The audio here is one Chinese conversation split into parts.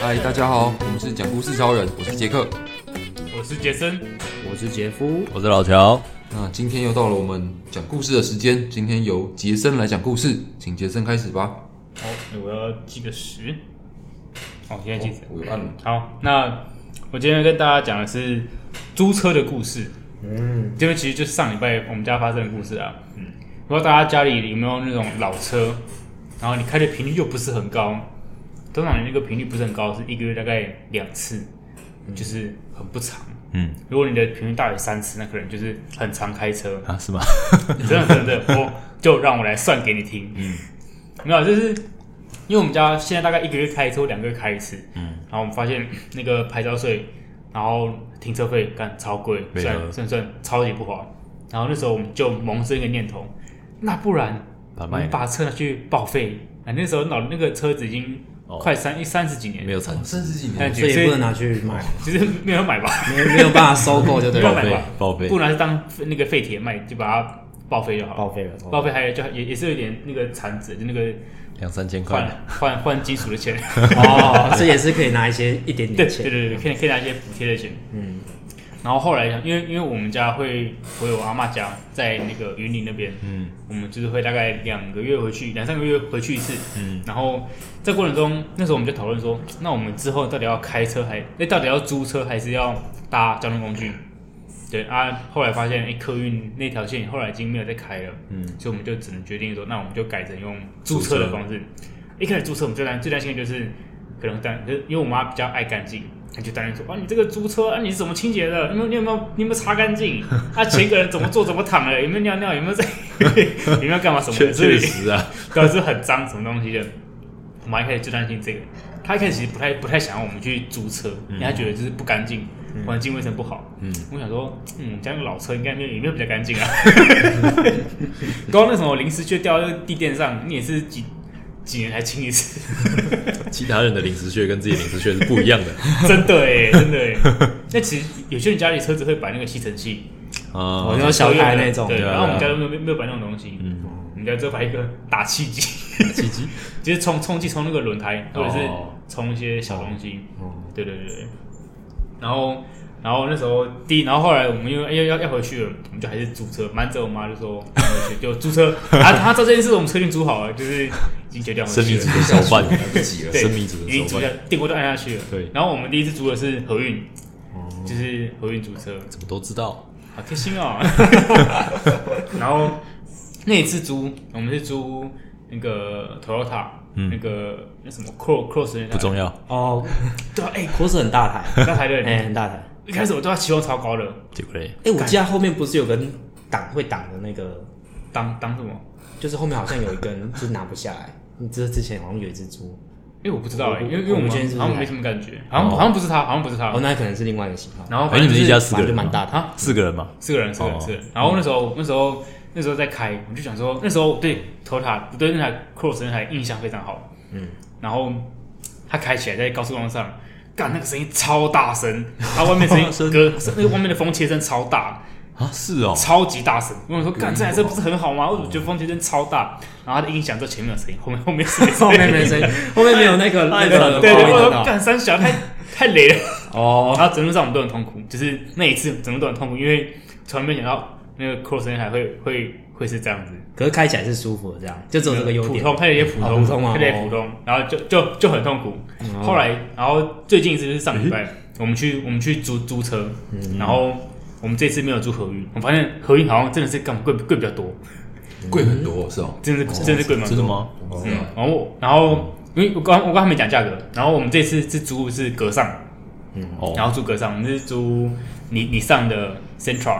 嗨，大家好，我们是讲故事超人，我是杰克。我是杰森，我是杰夫，我是老乔，那今天又到了我们讲故事的时间，今天由杰森来讲故事，请杰森开始吧。好，我要记个十。好，哦现在记十。哦我有按了，好，那我今天跟大家讲的是租车的故事。嗯，这个其实就是上礼拜我们家发生的故事啊。嗯，不知道大家家里有没有那种老车，然后你开的频率又不是很高，通常你那个频率不是很高，是一个月大概两次，就是很不长。嗯如果你的频率大于三次，那可能就是很常开车。啊是吗？ 真的真的，我就让我来算给你听。嗯，没有，就是因为我们家现在大概一个月开一次，或两个月开一次。嗯，然后我们发现 那个牌照税，然后停车费干超贵，没算错算算超级不划。然后那时候我们就萌生一个念头，那不然把我它卖了们把车拿去报废。啊，那时候老那个车子已经哦快三三十几年， 没有产三十几但年，所所以也不能以拿去买，其实没有买吧。没有没有办法收购就对不要了，买费吧， 报废不拿是当那个废铁卖，就把它 报废就好了。报废了，报废废还有就也也是有点那个残值，就那个两三千换块，换换金属的钱，哦，这也是可以拿一些一点对点对对钱，对，可以可以拿一些补贴的钱。嗯，然后后来因为因为我们家会回我阿妈家，在那个云林那边，嗯，我们就是会大概两个月回去，两三个月回去一次，嗯，然后在过程中，那时候我们就讨论说，那我们之后到底要开车还，那到底要租车还是要搭交通工具？对啊，后来发现哎、诶客运那条线后来已经没有再开了，嗯，所以我们就只能决定说，那我们就改成用租车的租车方式。一开始租车，我们最担最担心的就是可能担，就是因为我妈比较爱干净，她就担心说：“啊，你这个租车啊，你是怎么清洁的？你有没有你有没有你有没有擦干净？啊，前一个人怎么坐怎么躺的？有没有尿尿？有没有在？ 有没有干嘛什么确的？所以确实啊， 搞是很脏什么东西的。”我妈一开始就担心这个，她一开始其实不太不太想要我们去租车，因为她觉得就是不干净，环境卫生不好。嗯，我想说，嗯，家那个老车应该没有也没有比较干净啊。刚刚那什么零食屑掉在地垫上，你也是几几年才清一次。其他人的零食屑跟自己的零食屑是不一样 的真的哎，真的 哎。那其实有些人家里车子会摆那个吸尘器，我啊哦就小台那种，啊对。对啊然后我们家都没有没有摆那种东西，我们家只有摆一个打气机，奇迹就是充充气充那个轮胎，或者是哦充一些小东西。哦对对对对。然后然后那时候第一，然后后来我们因为要要要回去了，我们就还是租车，瞒着我妈就说要回去就租 车。啊，她知道这件事，我们车已经租好了，就是已经决定要回生去命了组。的手办，来不及了。对， 生米煮的已经手煮办下，电锅都按下去了。对哦然后我们第一次租的是合运，就是合运租车，怎么都知道，好贴心 哦。然后那一次租，我们是租那个 Toyota，、那个那什么 Cross Cross 那台嗯不重要，哦，对啊，哎、不是很大台，那台的、哎，很大台，一开始我对它期望超高的，结果嘞，哎，我记得后面不是有根挡会挡的那个，当当什么？就是后面好像有一根就是拿不下来，你这之前好像有一只猪，因为我不知道、欸我因为因为我我们们今天是不是好像没什么感觉，好像、好像不是他，好像不是他。哦，那可能是另外一个型号，然后哎，反正你们就是一家四反个人正就蛮吗，大台，四个人嘛，四个人，四个人，哦四个人。然后那时嗯候，那时候，那时候在开，我就想说，那时候对 Toyota 我对那台 Cross 那台印象非常好。嗯，然后它开起来在高速公路上，干那个声音超大声，它外面 声超音声隔那个外面的风切声超大，啊是哦，超级大声。我想嗯说，干这台车不是很好吗？我怎么觉得风切声超大？然后它的音响在前面有声音，后面后面是没声 后音面没声音，后面没有那个 那个哎对对，报我名想的说道干三小太太雷了。哦，然后整路上我们都很痛苦，就是那一次整路都很痛苦，因为从来没有想到那个 cross 人还会会会是这样子，可是开起来是舒服的，这样就只有这个优普点。通，它有点普哦通，普通啊它有点普通，然后就就就很痛苦。哦嗯后来，然后最近一次是上礼拜，我们去我们去租租车，然后我们这次没有租合运，我发现合运好像真的是干嘛贵贵比较多，贵很多是哦，真的是真的是贵蛮真的多。吗？嗯，然后我然后因为我刚我刚还没讲价格，然后我们这次是租是格上，然哦，后租格上，我们是租你你上的 Central，、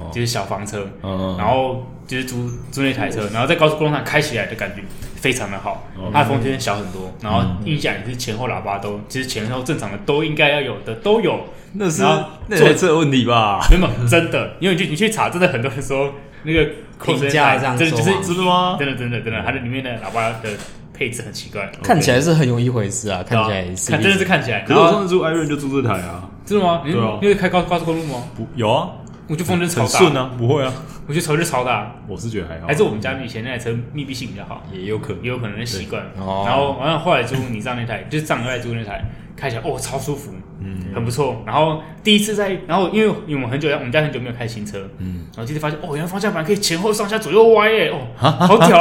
哦就是小房车，嗯然后就是租租那台车，然后在高速公路上开起来的感觉非常的好，哦它的风圈小很多，然后音响也是前后喇叭嗯都，其实前后正常的都应该要有的都有，那是然后那坐台车的问题吧？没有真嗯的，因为你去你去查，真的很多人说那个评价这样真的就是说嘛真的真的吗？真的真的，它的里面的喇叭的配置很奇怪，看起来是很有一回事啊，看起对来吧是看真的是看起来，可是然我后上次住 i r o n 就住这台啊，真的吗？你对啊因为开高高速公路吗？不有啊，我就风筝超很大，顺啊，不会啊，我觉得潮就超大，我是觉得还好，还是我们家以前那台车密闭性比较好，也有可能也有可能是习惯。然哦后完了后来租你上那台，就是上个月租那台，开起来哦超舒服，嗯，很不错。然后第一次在，然后因为因为我们很久，我们家很久没有开新车，嗯，然后第一次发现哦，原来方向盘可以前后上下左右歪耶，哦，好屌。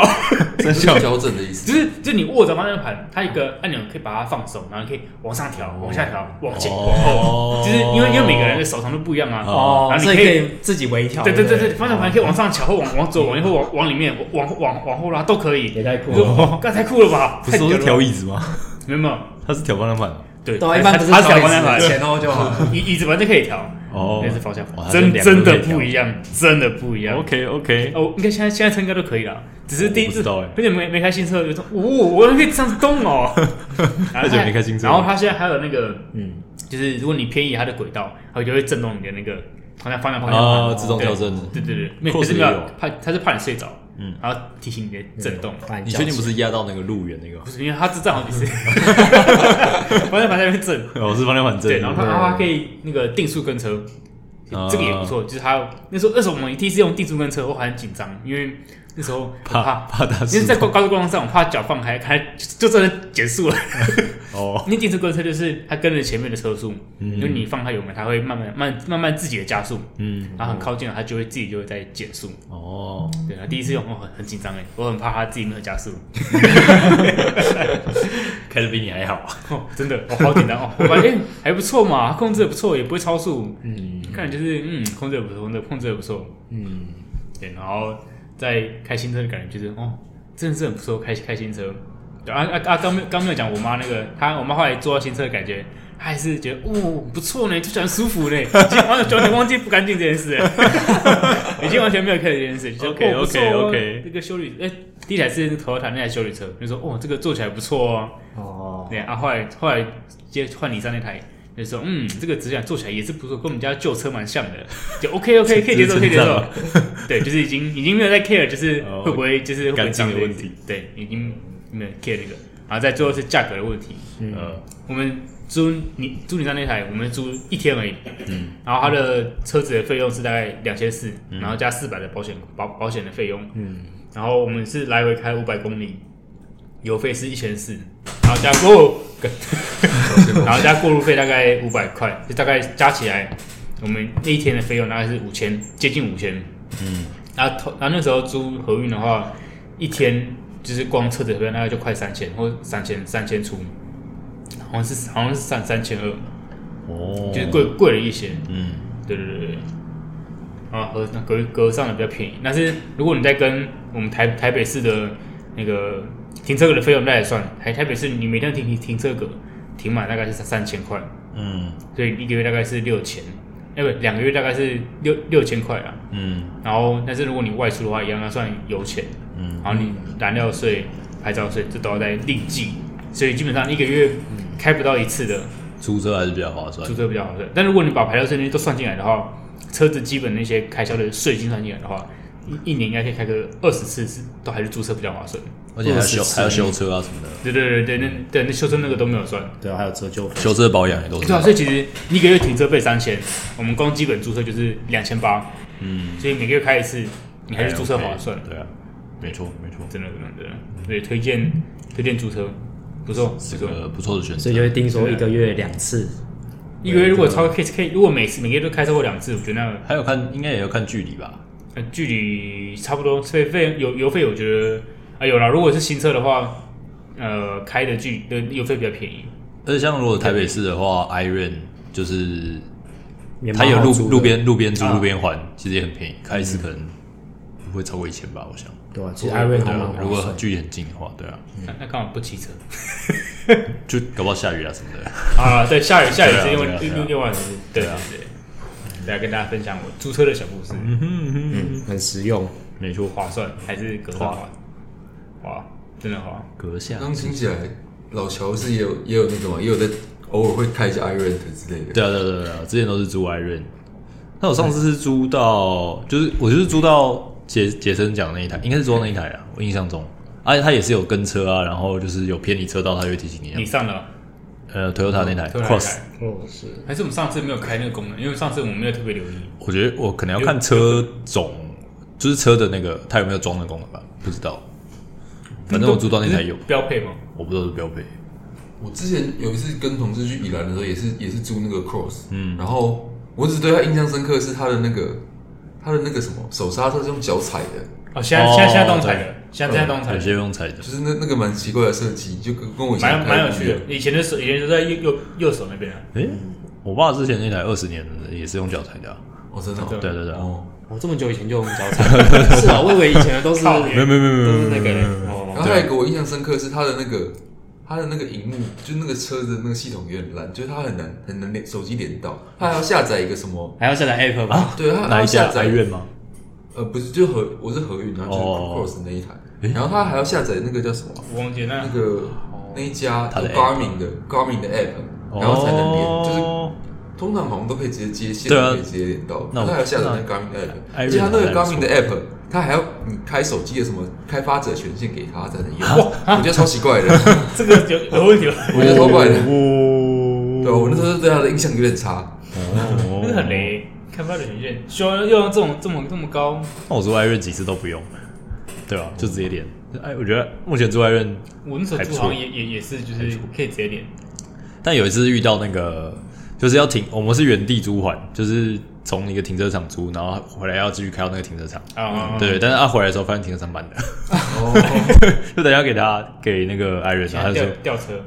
这是调整的意思。就是就是你握着方向盘，它一个按钮可以把它放松，然后你可以往上调、往下调、往前、往哦后， 就是因为因为每个人的手长度不一样啊，哦然，后所你以可可以。以自己微调。对对对对不对，，方向盘可以往上调，或往往左、往右、往往里面、往往往往后拉都可以。也太酷了了，干太酷了吧！ 不太是说屌是了调椅子吗？ 没有没有，他是调方向盘哦对，对啊，一般不是它它调调方向盘，前后就好了。椅椅子本来就可以调，哦，那是方向哇盘，它真两个真都可的以调不一样，真的不一样。 OK OK，哦，应该现在现在车应该都可以了，只是第一我不次，知道欸而且没没开新车，有种，呜、我可以这样子动哦。然后而且它没开新车然后它现在还有那个，嗯，就是如果你偏移它的轨道，它就会震动你的那个方向方向方向盘。啊，自动调整。对对对，没有， Cross 可是没也有有怕，它是怕你睡着，嗯然后提醒你的震动。把你叫确定不醒？是压到那个路缘那个 不？是，因为它是正好几 次，方向盘在那边震，哦，是方向盘正。对，然后它对它可以那个定速跟车，啊这个也不 错。就是它那时候那时候我们第一次用定速跟车，我还很紧张，因为那时候很怕怕它因为是在高高速公路上，我怕脚放开， 开就就真的减速了。哦，因为电车跟车就是它跟着前面的车速，因为你放开油门，它会慢慢慢慢慢自己的加速，嗯，然后很靠近了，它就会自己就会在减速。哦，对，然后第一次用我很很紧张哎，我很怕它自己没有加速，开的比你还好。啊哦、真的我、哦好紧张哦。我发现、哎还不错嘛，它控制的不错，也不会超速，嗯，看来就是嗯控制的不错，控制控制的不错，嗯，对，然后再开新车的感觉就是哦，真的是很不错，开开新车。对啊啊啊！刚没有刚没有讲我妈那个，她我妈后来坐到新车的感觉，她还是觉得哦不错呢，就觉得很舒服呢，已经完全忘记不干净这件事了，已经完全没有看这件事。就觉得 OK，哦不错哦 OK，OK 这个修理哎、第一台是 Toyota 那台修理车，就说哦这个坐起来不错哦。哦，对啊，后来后来接换你上那台，就说嗯，这个质感做起来也是不错，跟我们家旧车蛮像 的，就 OK OK 可以接受可以接受。对，就是已经已经没有在 care，就是哦会不会就是会不会干净的脏这问题样子，对，已经没有 care 那个。然后再最后是价格的问题，嗯，我们租你租你上那台，我们租一天而已，嗯，然后他的车子的费用是大概两千四，然后加四百的保险保保险的费用，嗯，然后我们是来回开五百公里，油费是一千四，然后加过， 然后加过路费大概五百块，就大概加起来，我们那一天的费用大概是五千，接近五千，嗯，然后头然后那时候租合运的话，一天就是光车子的费用大概就快三千或三千三千出，好像是好像是三三千二，哦，就是贵贵了一些。嗯，对对对对。啊，和那格格上的比较便宜，但是如果你再跟我们台台北市的那个停车格的费用再来算，台台北市你每天停停停车格停满大概是三三千块，嗯所以一个月大概是六千，哎不两个月大概是六六千块啊。嗯然后，但是如果你外出的话，一样要算油钱，嗯，然后你燃料税、牌照税这都要再另计，所以基本上一个月嗯开不到一次的，租车还是比较划算租。车比较好算。但如果你把牌照税那些都算进来的话，车子基本那些开销的税金算进来的话，一一年应该可以开个二十次，是都还是租车比较划算。而且还要修二十四还要修车啊什么的，对对对对，那对那修车那个都没有算。对啊，还有折旧费。修车保养也都是对啊，所以其实一个月停车费三千，我们光基本租车就是两千八，嗯，所以每个月开一次，你还是租车哎，OK，划算。对啊，没错没错，真的真的真的，所以推荐推荐租车，不错不是错。个不错的选择所以。就会定说一个月两次，一个月如果超可以可以，如果每次每个月都开超过两次，我觉得那个还有看，应该也要看距离吧。呃，距离差不多，所以费油油费我觉得啊有啦，如果是新车的话，呃，开的距的油费比较便宜。而且像如果台北市的话，Iron 就是也它蛮有好路租的路，边路边租嗯啊路边还，其实也很便宜，开一次可能不会超过一千吧，我想。对啊，其实艾瑞对还蛮啊，如划果算距离很近的话，对啊，那那刚好不骑车就搞不好下雨啊什么的。啊，对，下雨下雨是因对啊为对啊另另外的事，对对对。来跟大家分享我租车的小故事，嗯很实用。没错，划算还是格上划？哇，真的划！阁下刚听起来，老乔是也有也有那个嘛，也有在偶尔会开一下 iRent 之类的。对啊，对啊对啊对啊，之前都是租 Iron，那我上次是租到，就是我就是租到杰杰森讲的那一台，应该是租到那一台啊，我印象中，而且它也是有跟车啊，然后就是有偏离车道，它就会提醒你啊你。上了呃，Toyota 那台 Toyota 那 Cross，台哦，是还是我们上次没有开那个功能？因为上次我们没有特别留意。我觉得我可能要看车种就是车的那个它有没有装的功能吧？不知道，反正我租到那台有是，标配吗？我不知道是标配。我之前有一次跟同事去宜兰的时候，也是也是租那个 Cross，嗯，然后我只对他印象深刻是他的那个他的那个什么手刹车是用脚踩的，哦，现在现在哦现在动彩的，现在现在动彩有的，些用踩的就，是那那个蛮奇怪的设计，就跟跟我以前蛮开蛮有不趣一的样。。以前的手以前都在右右右手那边啊，诶、我爸之前那台二十年的也是用脚踩的、啊，哦，真的哦、真的对对对，哦，我这么久以前就用脚踩，是啊，我以为以前的都是靠没有没有没有没有都是那没有没有没个有然哦，后还有一个我印象深刻是他的那个他的那个荧幕，就那个车的那个系统有点烂，就是它很难很难连手机连到，它还要下载一个什么？还要下载 app 吧？对，它还哪要一下家载哀怨吗？呃，不是，就合我是合运，然后哦就是 Cross 那一台，然后它还要下载那个叫什么啊？我忘记那那个那一家它的 app Garmin 的 Garmin 的 app，然后才能连，就是哦通常好像都可以直接接线，对啊可以直接连到，那我它还要下载那个 Garmin 的 app，那而且它那个 Irene 好像 Garmin 的 app，它还要你开手机的什么开发者权限给它才能用，哇我觉得超奇怪的，这个有有问题 吧？ 我觉得超怪的，哦对啊，我那时候对它的印象有点差， 哦那个很。雷，看不到人线，需要用这种这么这么高，那我租艾润几次都不用，对吧、就直接连。哎，我觉得目前租艾润，我那时候租好像也也也是就是可以直接连，但有一次遇到那个，就是要停，我们是原地租还，就是从一个停车场租，然后回来要继续开到那个停车场。啊嗯对，但是他、回来的时候发现停车场满的，哦， 就等一下给他给那个艾瑞，然后现在他就吊说吊车，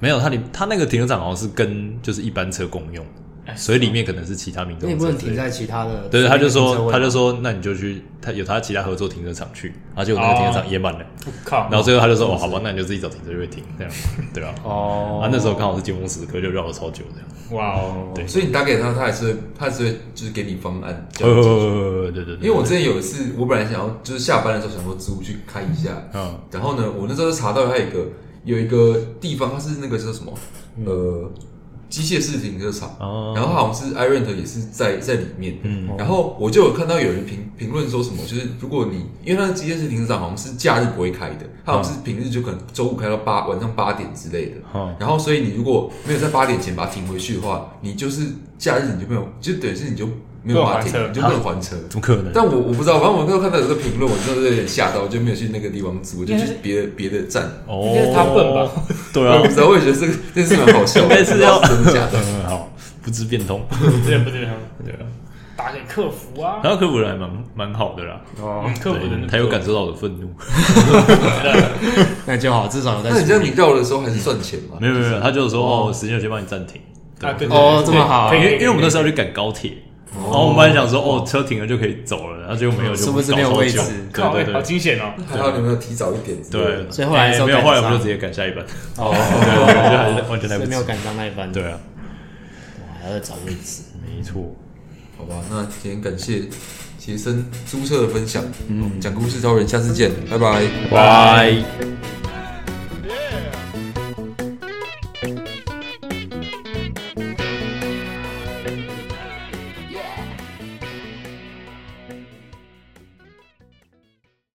没有，他里他那个停车场好像是跟就是一般车共用的，哎所以里面可能是其他民那众。你不能停在其他的，对，他就停车说位他就说，那你就去他有他其他合作停车场去，然后结果那个停车场也满了，我靠然，后最后他就说，哦，好吧，那你就自己找停车位停，这样对吧、啊？哦，啊，那时候刚好是尖峰时刻，就绕了超久这样。哇哦，对所以你打给他，他还是会，他还是会就是给你方案，这样子呃，对对对，因为我之前有一次，我本来想要就是下班的时候想说租去开一下，嗯，然后呢，我那时候查到它有一个有一个地方，它是那个叫什么？呃，机械式停车场。嗯哦然后它好像是 iRent 也是在在里面。嗯。然后我就有看到有人评评论说什么，就是如果你因为它的机械式停车场好像是假日不会开的，它好嗯像是平日就可能周五开到八晚上八点之类的。哦然后，嗯所以你如果没有在八点前把它停回去的话，你就是假日你就没有，就等于是你就没有办法停不能还车，你就不能还车。怎么可能？但我我不知道，反正我那时候看到有个评论，我真的是有点吓到，我就没有去那个地方租，我就去别的别的站。哦应该是他笨吧？对我啊 不，知道，我也觉得这个这事蛮好笑的，应该是要我不知道真的假的。嗯，好，不知变通，对 不对？对啊。打给客服啊，然后科普人还蛮蛮好的啦，哦嗯，客服的对他有感受到我的愤怒，那就好，至少有在那你像你绕的时候还是算钱吗？没有没有没有，他就说哦，时间有些帮你暂停，啊，对哦这么好因为因为我们那时候候要去赶高铁，然后我们本来想说哦，车停了就可以走了，然后结果没有，是就不是没有搞超位置久靠，对哎对好对惊险哦，还好你们有提早一点之类的。对，所以后来哎是有没有，赶后来我们上就直接赶下一班，哦，对对对， 就还是完全来不所以没有及，赶上那一班，对，啊，我还要找位置，没错，好吧，那今天感谢杰森租车的分享，嗯，讲故事超人，下次见，拜拜。拜。